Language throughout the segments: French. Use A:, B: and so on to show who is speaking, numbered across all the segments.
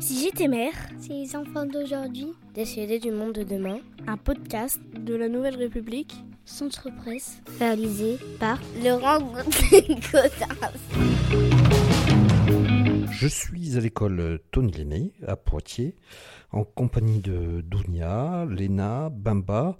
A: Qui t'es mère
B: C'est les enfants d'aujourd'hui,
A: Décédés du monde de demain. Un podcast de la Nouvelle République.
B: Centre Presse, réalisé par Laurent Gaudin.
C: Je suis à l'école Tony Lenné à Poitiers en compagnie de Dounia, Léna, Bimba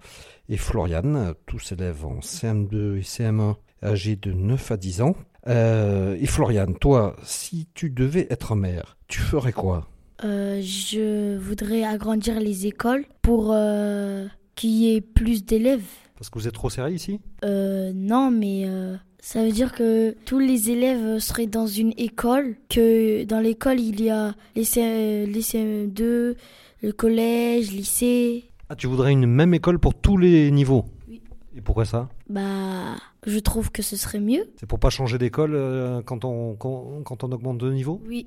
C: et Floriane, tous élèves en CM2 et CM1 âgés de 9 à 10 ans. Euh, et Floriane, toi, si tu devais être mère, tu ferais quoi
A: Euh, je voudrais agrandir les écoles pour euh, qu'il y ait plus d'élèves.
C: Parce que vous êtes trop serré ici
A: Euh, non, mais euh, ça veut dire que tous les élèves seraient dans une école, que dans l'école il y a les, CM, les CM2, le collège, lycée.
C: Ah, tu voudrais une même école pour tous les niveaux
A: Oui.
C: Et pourquoi ça
A: Bah, je trouve que ce serait mieux.
C: C'est pour pas changer d'école euh, quand, on, quand, quand on augmente de niveau
A: Oui,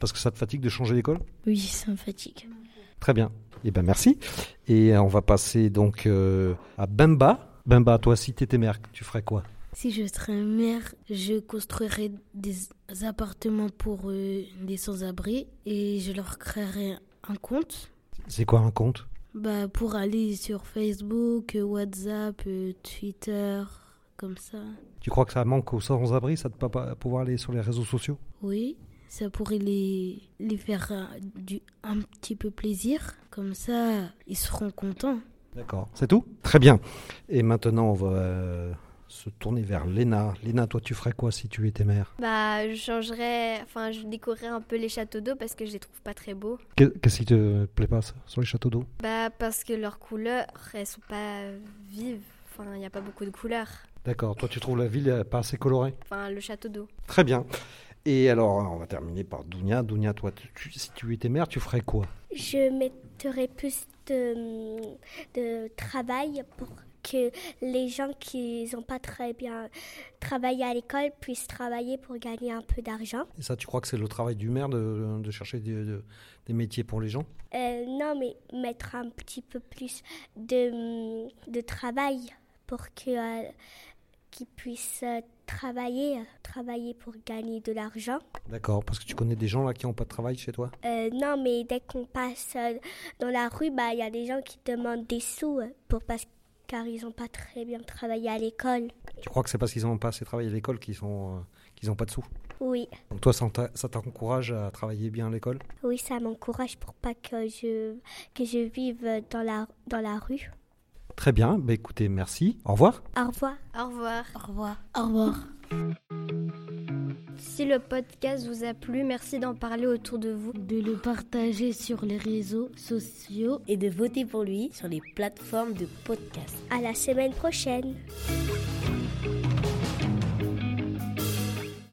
C: Parce que ça te fatigue de changer d'école
A: oui, ça me fatigue.
C: Très bien. Eh ben merci. Et euh, on va passer donc euh, à Bemba. Bemba, toi, si t'étais mère, tu ferais quoi
D: Si je serais mère, je construirais des appartements pour euh, des sans-abri et je leur créerais un compte
C: C'est quoi un compte
D: bah, pour aller sur Facebook, euh, WhatsApp, euh, Twitter, comme ça.
C: Tu crois que ça manque aux sans-abri, ça de pas- pas pouvoir aller sur les réseaux sociaux
D: Oui, ça pourrait les, les faire euh, du, un petit peu plaisir. Comme ça, ils seront contents.
C: D'accord. C'est tout Très bien. Et maintenant, on va euh, se tourner vers Léna. Léna, toi, tu ferais quoi si tu étais mère
B: Bah, je changerais, enfin, je décorerais un peu les châteaux d'eau parce que je les trouve pas très beaux.
C: Qu'est- Qu'est-ce qui te plaît pas ça, sur les châteaux d'eau
B: Bah, parce que leurs couleurs, elles sont pas vives. Enfin, il n'y a pas beaucoup de couleurs.
C: D'accord. Toi, tu trouves la ville euh, pas assez colorée
B: Enfin, le château d'eau.
C: Très bien. Et alors, on va terminer par Dounia. Dounia, toi, tu- tu- si tu étais mère, tu ferais quoi
E: Je mettrais plus de, de travail pour que les gens qui n'ont pas très bien travaillé à l'école puissent travailler pour gagner un peu d'argent.
C: Et ça, tu crois que c'est le travail du maire de, de chercher des, de- des métiers pour les gens
E: Euh, non, mais mettre un petit peu plus de, de travail pour que, euh, qu'ils puissent euh, travailler, travailler pour gagner de l'argent.
C: D'accord, parce que tu connais des gens là qui n'ont pas de travail chez toi
E: Euh, non, mais dès qu'on passe euh, dans la rue, bah, il y a des gens qui demandent des sous euh, pour parce car ils n'ont pas très bien travaillé à l'école.
C: Tu crois que c'est parce qu'ils n'ont pas assez travaillé à l'école qu'ils sont, euh, qu'ils n'ont pas de sous
E: Oui,
C: Donc toi, ça t'a- ça t'encourage à travailler bien à l'école
E: oui, ça m'encourage pour pas que je que je vive euh, dans la dans la rue.
C: Très bien, bah écoutez, merci, au revoir.
E: Au revoir.
B: Au revoir.
D: Au revoir.
A: Au revoir.
B: Si le podcast vous a plu, merci d'en parler autour de vous.
D: De le partager sur les réseaux sociaux
F: et de voter pour lui sur les plateformes de podcast.
E: À la semaine prochaine.